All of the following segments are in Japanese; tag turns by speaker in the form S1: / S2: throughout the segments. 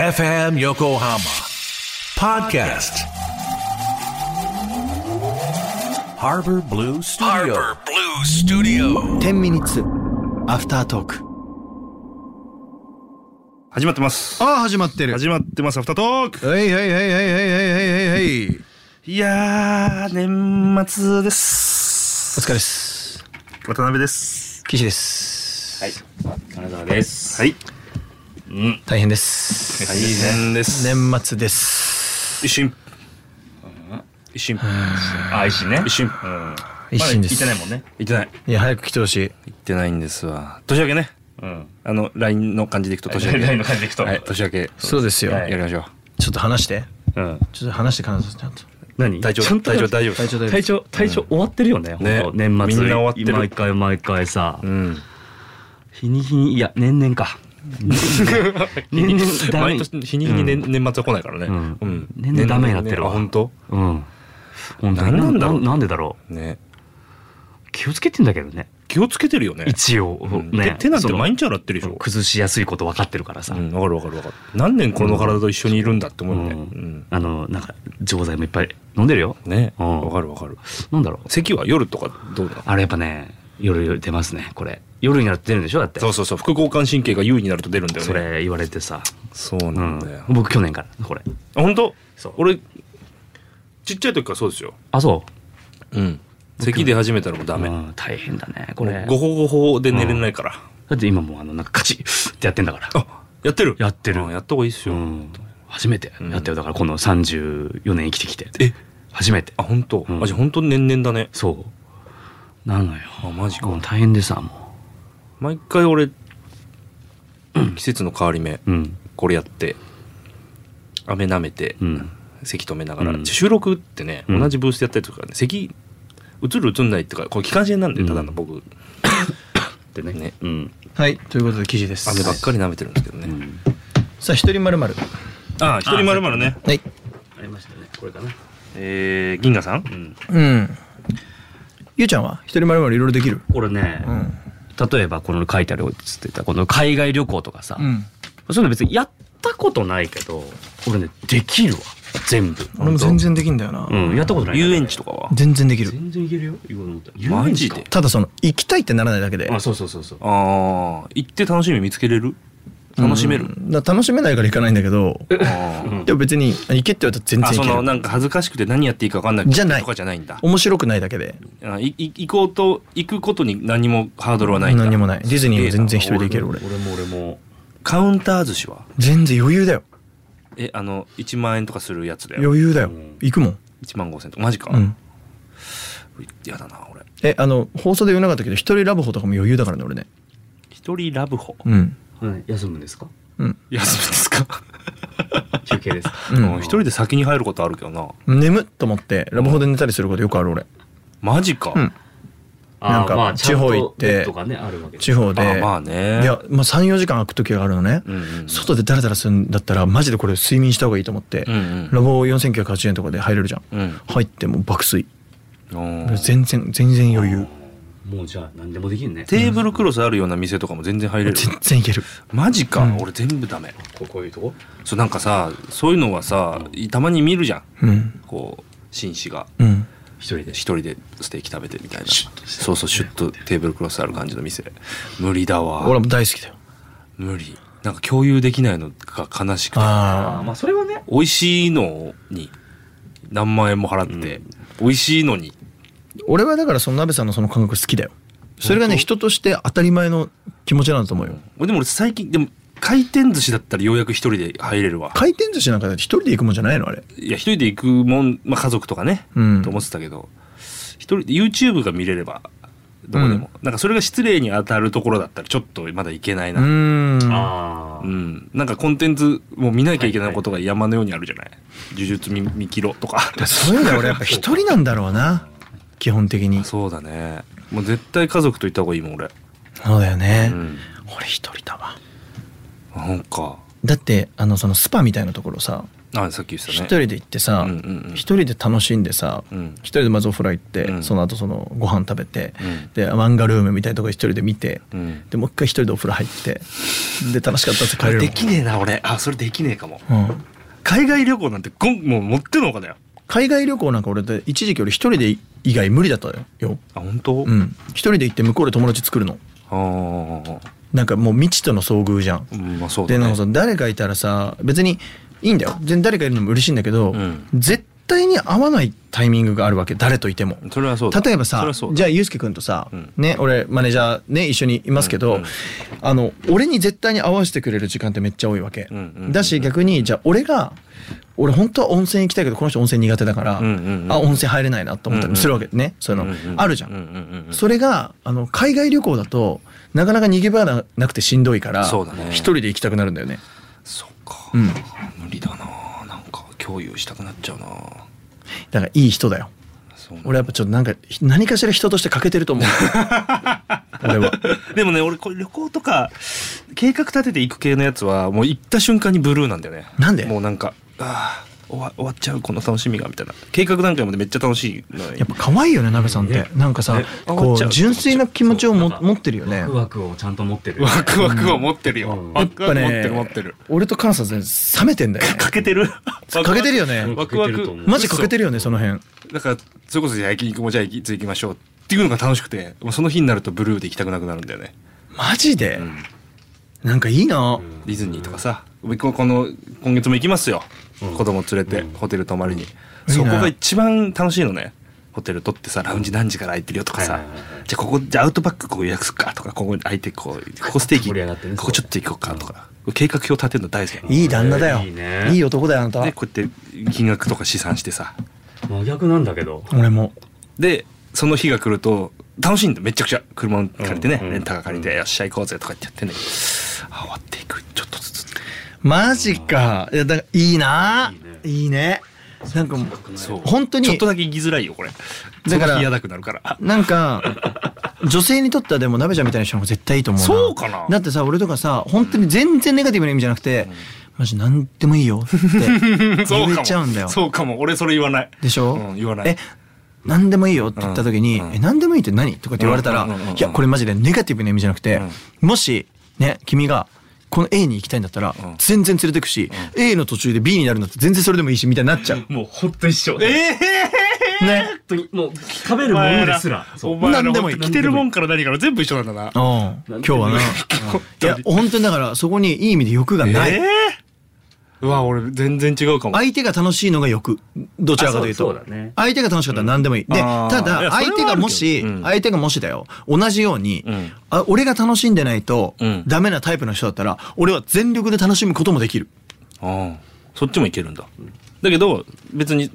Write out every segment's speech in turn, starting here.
S1: FM Yokohama Podcast Harbor Blue Studio
S2: Harbor Blue Studio.
S3: 天ミニッツアフタートーク
S4: 始まってます。
S3: ああ始まってる
S4: 始まってます、アフタートーク。
S3: はいはいはいはいはいはいはいはい
S4: いやー、年末です。
S3: お疲れっす
S4: 渡辺です。
S3: 岸です
S5: はい。金沢です。
S4: はい。
S3: 大変です
S4: 大変です。
S3: 年末です
S4: 一瞬。一瞬。
S5: あ、愛知ね。
S4: 一瞬。
S3: 一心です
S5: まだ行ってないもんね。
S4: 行ってない。
S3: いや早く来てほしい
S4: 行ってないんですわ。年明けね。
S5: うん。
S4: あの、LINE の感じでいくと年明け。
S5: LINE の感じでいくと
S4: はい、年明け。
S3: そうですよ
S4: やりましょ
S3: ちょっと話して
S4: う。うん。
S3: ちょっと話して金沢さんちゃんと
S5: 何
S4: 大丈夫、大丈夫、大丈夫。
S3: 大丈夫
S5: 体調、体調終わってるよね。
S4: ね
S5: ほんと年末。
S4: みんな終わってる
S5: 毎回毎回さ
S4: う。 ん。
S5: 日に日に、いや、年々か。年々ダメ
S4: 毎。年、日に日に年年末は来ないからね。
S5: うん
S4: うん
S5: 年々ダメになってるわ
S4: あ、本当
S5: うん。本当
S4: なん
S5: に
S4: なんだろう
S5: なんでだろ
S4: ね。
S5: う。気をつけてんだけどね。
S4: 気をつけてるよね。
S5: 一応
S4: うん。手
S5: ね。
S4: 手なんて
S5: その
S4: 毎日洗ってるでしょ。
S5: 崩しやすいこと分かってるからさ。
S4: うん、わかるわかるわかる。何年この体と一緒にいるんだって思うよね。
S5: う
S4: うんん。
S5: あの、なんか、錠剤もいっぱい飲んでるよ。
S4: ね、
S5: うん
S4: わかるわかる。
S5: なんだろう。
S4: 咳は夜とかどうだ
S5: あれやっぱね、夜夜出ますね、これ。夜になると出るんでしょだって。
S4: そうそうそう、副交感神経が優位になると出るんだよね。
S5: そ。れ言われてさ。
S4: そう
S5: う
S4: なんだよ
S5: ん。。僕去年から、これ。
S4: あ、本当
S5: そう
S4: 俺、ちっちゃい時からそうですよ。
S5: あ、そう。
S4: うん。咳出始めたらもうダメ。
S5: うん大変だね、これ。
S4: ごほごほで寝れないから。
S5: だって今もうあの、なんかカチッってやってんだから。
S4: あ、やってる
S5: やってる
S4: うんやった方がいいっす
S5: う
S4: よ。
S5: ん。初めて
S4: ん
S5: やったよ。だからこの34年生きてきて。
S4: え、
S5: 初めて
S4: あ、。本当、
S5: うん
S4: あ、じゃあ本当年々だね。
S5: そう。なのよ。
S4: あ、マジか。
S5: うん大変でさ、も
S4: 毎回俺、季節の変わり目、
S5: う。うん。
S4: これやって、飴舐めて、
S5: うん。
S4: 咳止めながら、
S5: うん
S4: 収録ってね、
S5: うん
S4: 同じブースでやったりとかね咳うつるうつんないとかこれ気管支なんで
S5: うん
S4: ただの僕、
S5: でね。
S4: ね
S5: うん。
S3: はいということで記事です
S4: 飴ばっかり舐めてるんですけどね、
S5: うん
S3: さあ一人まるまるは
S4: ああ一人まるまるね
S3: い
S5: ありましたね。これかな。
S4: えー、銀河さん、
S5: うん。
S3: うんゆうちゃんは一人まるまるいろいろできる
S5: これね。
S3: うん
S5: 例えばこの書いてあるっつってたこの海外旅行とかさ、
S3: うん
S5: そういうの別にやったことないけど俺ねできるわ全部
S3: 俺も全然できんだよな
S5: うんやったことない
S4: 遊園地とかは
S3: 全然できる
S5: 全然いけるよ今思った
S4: マジで
S3: ただその行きたいってならないだけで
S5: あそうそうそうそう
S4: ああ行って楽しみ見つけれる楽しめる、
S3: うんだから楽しめないから行かないんだけど
S4: あー
S3: でも別に行けって言われたら全
S4: あ
S3: 然
S4: その
S3: 行け
S4: な
S3: る
S4: んか恥ずかしくて何やっていいか分かんない
S3: じゃない
S4: とかじゃないんだ
S3: 面白くないだけで
S4: あいい行こうと行くことに何もハードルはないんだ
S3: 何もないディズニーも全然一人で行ける
S4: す
S3: 俺
S5: 俺も俺も
S4: げえなカウンター寿司は
S3: 全然余裕だよ
S4: えあの1万円とかするやつだよ
S3: 余裕だよ
S5: うん
S3: 行くもん
S4: 1万5千とかマジか、
S3: うん
S4: やだな俺
S3: えあの放送で言わなかったけど一人ラブホとかも余裕だからね俺ね
S4: 一人ラブホ
S3: うん
S5: はい休むんですか
S3: うん
S4: 休みですか、
S5: 休憩です
S3: う
S4: うん、
S3: ん
S4: 一人で先に入ることあるけどな
S3: 眠っと思ってラブホで寝たりすることよくある俺
S4: マジか、
S3: うん
S5: あー
S3: なんか
S5: まあちゃん
S3: 地
S5: と
S3: 方行って
S5: ベッドがねあるわけ
S3: 地方でい
S4: あまあ
S3: や
S4: ね
S3: まあ34時間空く時があるのね
S4: うんうんうん
S3: 外でダラダラするんだったらマジでこれ睡眠した方がいいと思って
S4: うんうん
S3: ラボ4980円とかで入れるじゃん
S4: うん
S3: 入ってもう爆睡
S4: うん
S3: 全然全然余裕
S5: もうじゃあ何でもできんね
S4: テーブルクロスあるような店とかも全然入れる
S3: 全然いける
S4: マジか、
S3: うん
S4: 俺全部ダメ
S5: ここういうとこ
S4: そうなんかさそういうのはさたまに見るじゃん
S3: うん
S4: こう紳士が
S3: うん
S5: 一人で
S4: 一人でステーキ食べてみたいな
S5: シュッとして
S4: そうそうシュッとテーブルクロスある感じの店無理だわ
S3: 俺も大好きだよ
S4: 無理なんか共有できないのが悲しくて
S5: あー
S3: あ
S5: まあそれはね
S4: 美味しいのに何万円も払って、美味しいのに
S3: あ俺はだからその鍋さんのその感覚好きだよそれがね人として当たり前の気持ちなんだと思うよ
S4: でも俺最近でも回転寿司だったらようやく一人で入れるわ
S3: 回転寿司なんかだって一人で行くもんじゃないのあれ
S4: いや一人で行くもん、まあ、家族とかね、
S3: うん
S4: と思ってたけど一人で YouTube が見れればどこでも、なんかそれが失礼に当たるところだったらちょっとまだ行けないうな、うん
S3: ん
S5: ああ
S4: なんかコンテンツもう見なきゃいけないことが山のようにあるじゃない「呪術見見切ろ」とか
S3: そういうのは俺やっぱ 一人なんだろうな基本的に
S4: そうだねもう絶対家族と行った方がいいもん俺、
S3: そうだよね
S4: うん、
S3: 俺一人だわ
S4: なんか
S3: だってあのそのスパみたいなところさ
S4: あさっき言ってたね
S3: 一人で行ってさ
S4: うんうんうん
S3: 一人で楽しんでさ
S4: うん
S3: 一人でまずお風呂行って、
S4: うん
S3: その後そのご飯食べて、
S4: うん
S3: で漫画ルームみたいなとこ一人で見て、
S4: うん
S3: でもう一回一人でお風呂入ってで楽しかったって帰れるもん
S4: できねえな俺あそれできねえかも
S3: うん、
S4: 海外旅行なんてこんもう持ってのほかだよ
S3: 海外旅行なんか俺で一時期俺一人で以外無理だったよ、
S4: あ本当
S3: うん、一人で行って向こうで友達作るの
S4: ああ
S3: なんかもう未知との遭遇じゃん、
S4: うんまあそうだ
S3: で
S4: ね
S3: なんかさ誰かいたらさ別にいいんだよ全然誰かいるのも嬉しいんだけど、
S4: うん
S3: 絶対に合わないタイミングがあるわけ誰といても
S4: それはそうだ
S3: 例えば
S4: それ
S3: さ
S4: はそうだ
S3: じゃあユうスケ君とさ、
S4: うん
S3: ね俺マネージャーね一緒にいますけど、
S4: うんうん
S3: あの俺に絶対に合わせてくれる時間ってめっちゃ多いわけ、
S4: うんうんうんうん
S3: だし逆にじゃあ俺が俺本当は温泉行きたいけどこの人温泉苦手だから、
S4: うんうんうん
S3: あ温泉入れないなと思ったりもするわけね、そういうの、
S4: う
S3: あるじゃん、
S4: うううん
S3: それがあの海外旅行だとなかなか逃げ場がなくてしんどいから
S4: そうだね
S3: 一人で行きたくなるんだよね
S4: そっか、
S3: うん
S4: 無理だななんか共有したくなっちゃうな
S3: だからいい人だよ
S4: そう
S3: 俺やっぱちょっとなんか何かしら人として欠けてると 思う俺は
S4: でもね俺これ旅行とか計画立てて行く系のやつはもう行った瞬間にブルーなんだよね
S3: なんで
S4: もうなんかああ終わ終わっちゃうこの楽しみがみたいな計画段階までめっちゃ楽しいのに
S3: やっぱ可愛いよね鍋さんって、
S4: ね
S3: なんかさ
S4: ね
S3: こう純粋な気持ちをも
S5: そう
S3: 持ってるよね
S5: ワクワクをちゃんと持ってる。
S4: ワクワクを持ってるよ、
S5: うん
S4: ワクワク持
S3: や
S4: っ
S3: ってぱ
S4: る持ってる
S3: 俺とカナさん全然冷めてんだよね
S4: 欠けてる
S3: 欠けてるよね
S4: ワクワク
S3: マジ欠けてるよねその辺
S4: だからそれこそじゃあ焼肉もじゃあいつ行きましょうっていうのが楽しくてもうその日になるとブルーで行きたくなくなるんだよね、
S3: マジで、
S4: うん
S3: なんかいいな、
S4: ディズニーとかさ、僕この今月も行きますよ、
S5: ん
S4: 子供連れてホテル泊まりに、
S3: うん
S4: そこ
S3: いいね
S4: が一番楽しいのねホテル取ってさラウンジ何時から空いてるよとかさ、
S5: はいはいはいはい
S4: じゃあここじゃあアウトバックここ予約すっかとかここ空いてこうここステーキ
S5: 盛り上がってね
S4: ここちょっと行こうかとか、計画表立てるの大好きなの
S3: いい旦那だよ、
S5: いいね
S3: いい男だよあなたは
S4: でこうやって金額とか試算してさ
S5: 真逆なんだけど。
S3: 俺も
S4: でその日が来ると楽しいんだめちゃくちゃ車を借りてね、
S5: うん
S4: レンタカー借りて、よっしゃ行こうぜとか言ってやってんだけどあ終わっていくちょっとずつって
S3: マジかいやだからいいないいねなんかもう
S4: そう
S3: 本当に
S4: ちょっとだけ行きづらいよこれだ
S3: だ
S4: か
S3: から
S4: ら嫌だくなるから
S3: なんか女性にとってはでも鍋ちゃんみたいな人の方が絶対いいと思うな
S4: そうかな
S3: だってさ俺とかさ本当に全然ネガティブな意味じゃなくて、マジ何でもいいよって
S4: そう
S3: 言
S4: か
S3: えちゃうんだよ
S4: もそうかも俺それ言わない
S3: でしょ、
S4: うん言わない
S3: え何でもいいよって言った時に「
S4: うんうん
S3: え何でもいいって何?」とかって言われたら「
S4: うんうんうんうん
S3: いやこれマジでネガティブな意味じゃなくて、もしね君がこの A に行きたいんだったら
S4: ん
S3: 全然連れてくし、A の途中で B になるんだって全然それでもいいしみたいになっちゃう。
S5: もうほんと一緒。
S4: え
S5: 本
S4: え
S3: ね。
S5: 当にもう食べるものですら。
S4: お
S5: そう
S4: 前ら
S3: 何でもいい
S4: 本当着てるもんから何から全部一緒なんだな
S3: うん今日 はな。いや本当にだからそこにいい意味で欲がない。
S4: ええうわ俺全然違うかも
S3: 相手が楽しいのが欲どちらかという
S5: あ
S3: と
S5: そうそうだね
S3: 相手が楽しかったら何でもいい、で
S4: あー
S3: た
S4: いや
S3: だ
S4: それは
S3: 相手がもし、
S4: あるけどうん
S3: 相手がもしだよ同じように、
S4: ん
S3: あ俺が楽しんでないと
S4: うん
S3: ダメなタイプの人だったら俺は全力で楽しむこともできる
S4: うんそっちもいけるんだだけど別に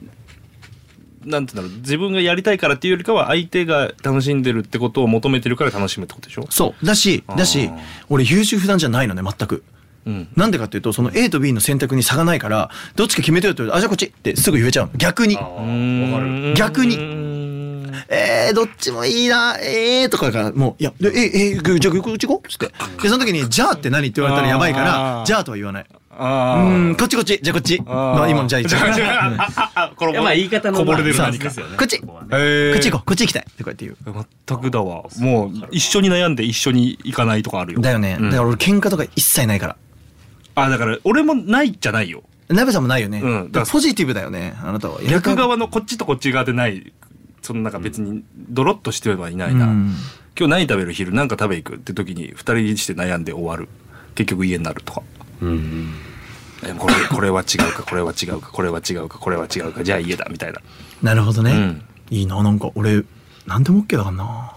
S4: なんていうんだろう自分がやりたいからっていうよりかは相手が楽しんでるってことを求めてるから楽しむってことでしょ
S3: そうだしだし
S4: あー
S3: 俺優柔不断じゃないのね全く。
S4: うん
S3: なんでかっていうとその A と B の選択に差がないからどっちか決めてよって言われてあじゃあこっちってすぐ言えちゃうの逆に
S5: あーわかる。
S3: 逆に
S4: に
S3: えー、どっちもいいな、えー、とかが、もう、いや、でえ、えー、じゃあ、こっち行こうっつって。で、その時に、じゃあって何って言われたらやばいか
S4: あ
S3: ら
S4: ー、
S3: じゃあとは言わない。う
S4: ああ
S3: ーん、こっちこっち、じゃあこっち。まあ、今のじゃあ一番。うん
S4: これ
S5: いやまあ言い方の
S4: こぼれ出る
S5: まあ
S4: 何か
S5: そうですよね
S3: こっち、
S5: こ
S3: こ
S5: はね
S4: え
S3: っち行こう、こっち行きたい。とかって言う。
S4: 全くだわもう一緒に悩んで一緒に行かないとかあるよ
S3: だよね。
S4: うん
S3: だから俺、喧嘩とか一切ないから。
S4: あだから俺もないじゃないよ
S3: ナベさんもないよね。
S4: うんだから
S3: だからポジティブだよね、あなたは。
S4: 逆
S3: は
S4: 側のこっちとこっち側でないそのなんか別にドロッとしてはいな
S3: う
S4: いな、
S3: ん。
S4: 今日何食べる昼何か食べ行くって時に二人して悩んで終わる結局家になるとか
S5: うん。
S4: え これこれは違うかこれは違うかこれは違うかこれは違うかじゃあ家だみたいな
S3: なるほど
S4: う
S3: ね
S4: ん。
S3: いいな、なんか俺、なんでも OK だからな。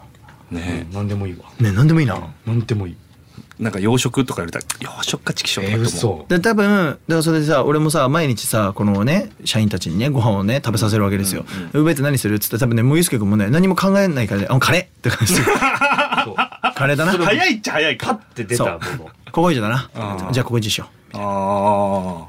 S4: ね
S5: なんでもいいわ。
S3: ね、なんでもいいな。
S5: なんでもいい。
S4: えなんか洋食とか言われたら洋食かチキショーとかって思う
S5: 嘘。
S3: で多分だからそれでさ俺もさ毎日さこのね社員たちにねご飯をね食べさせるわけですよ「ウーバーイーツ何する?」っつって多分ねもうゆうすけ君もね何も考えないからね「あカレー」って感じで
S5: そう
S3: カレーだな
S4: 早いっちゃ早い
S5: パ
S4: か
S5: ッて出
S3: そ
S5: た
S3: う
S5: もの。
S3: ココイチだな
S4: あー
S3: じゃあココイチしよ
S4: ああ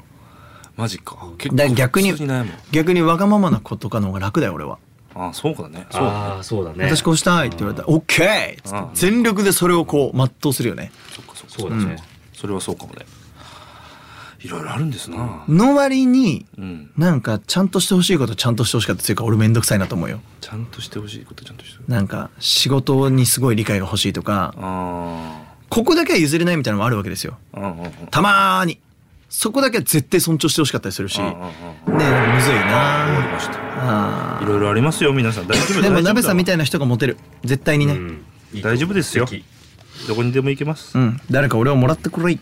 S4: マジか結
S3: うだから逆に
S4: 普通に悩む
S3: 逆にわがままな子とかの方が楽だよ俺は
S4: ああそうだねそうだね
S5: ああ、そうだね。
S3: 私こうしたいって言われたら「オッケー!」っつ
S4: うん
S3: って全力でそれをこう全うするよね
S4: そっかそっか
S5: そうだね。
S4: それはそうかもねいろいろあるんですな。
S3: の割に
S4: うん。
S3: なんかちゃんとしてほしいことちゃんとしてほしかったっていうか俺めんどくさいなと思うよ
S4: ちゃんとしてほしいことちゃんとしてほしい。
S3: なんか仕事にすごい理解が欲しいとか
S4: あ
S3: ここだけは譲れないみたいなのもあるわけですよ
S4: あ。うんうんうん。
S3: たまーにそこだけは絶対尊重してほしかったりするし
S4: うん
S3: ね
S4: うんうん
S3: えなんかむずい
S4: わかり
S3: な
S4: ました。
S3: あ
S4: いろいろありますよ皆さん。大丈
S3: ー
S4: 夫
S3: でも鍋さんみ
S4: い
S3: たいな人がモテる絶対にね
S4: 大丈夫ですよ
S5: 素敵
S4: どこにでも行けます。
S3: うん誰か俺をもらってくれい